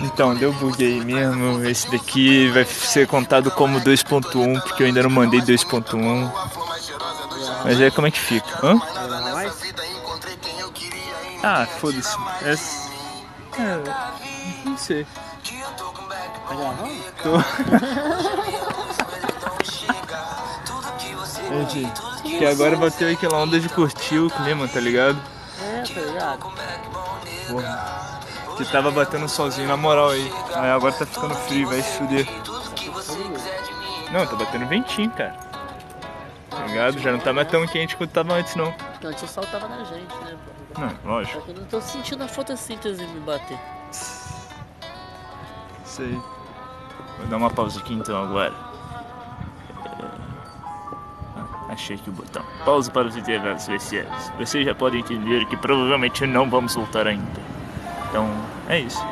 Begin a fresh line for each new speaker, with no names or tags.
Então, deu bug aí mesmo. Esse daqui vai ser contado como 2.1, porque eu ainda não mandei 2.1. Mas aí como é que fica? Hã? Ah, foda-se. Essa- É... Não sei.
Tá gravando?
Tô... Que agora bateu aquela onda de curtir o clima, tá ligado?
É, tá ligado?
Que tava batendo sozinho na moral aí. Aí agora tá ficando frio, vai se fuder. Não, tá batendo ventinho, cara. Tá ligado? Já não tá mais tão quente quanto tava antes, não.
Então, antes o sol tava na gente, né? pô?
Não, lógico.
Só que eu não tô sentindo a fotossíntese me bater.
Isso aí. Vou dar uma pausa aqui então agora. Ah, Achei aqui o botão. Pausa para os intervalos especiais. Vocês já podem entender que provavelmente não vamos voltar ainda. Então, é isso.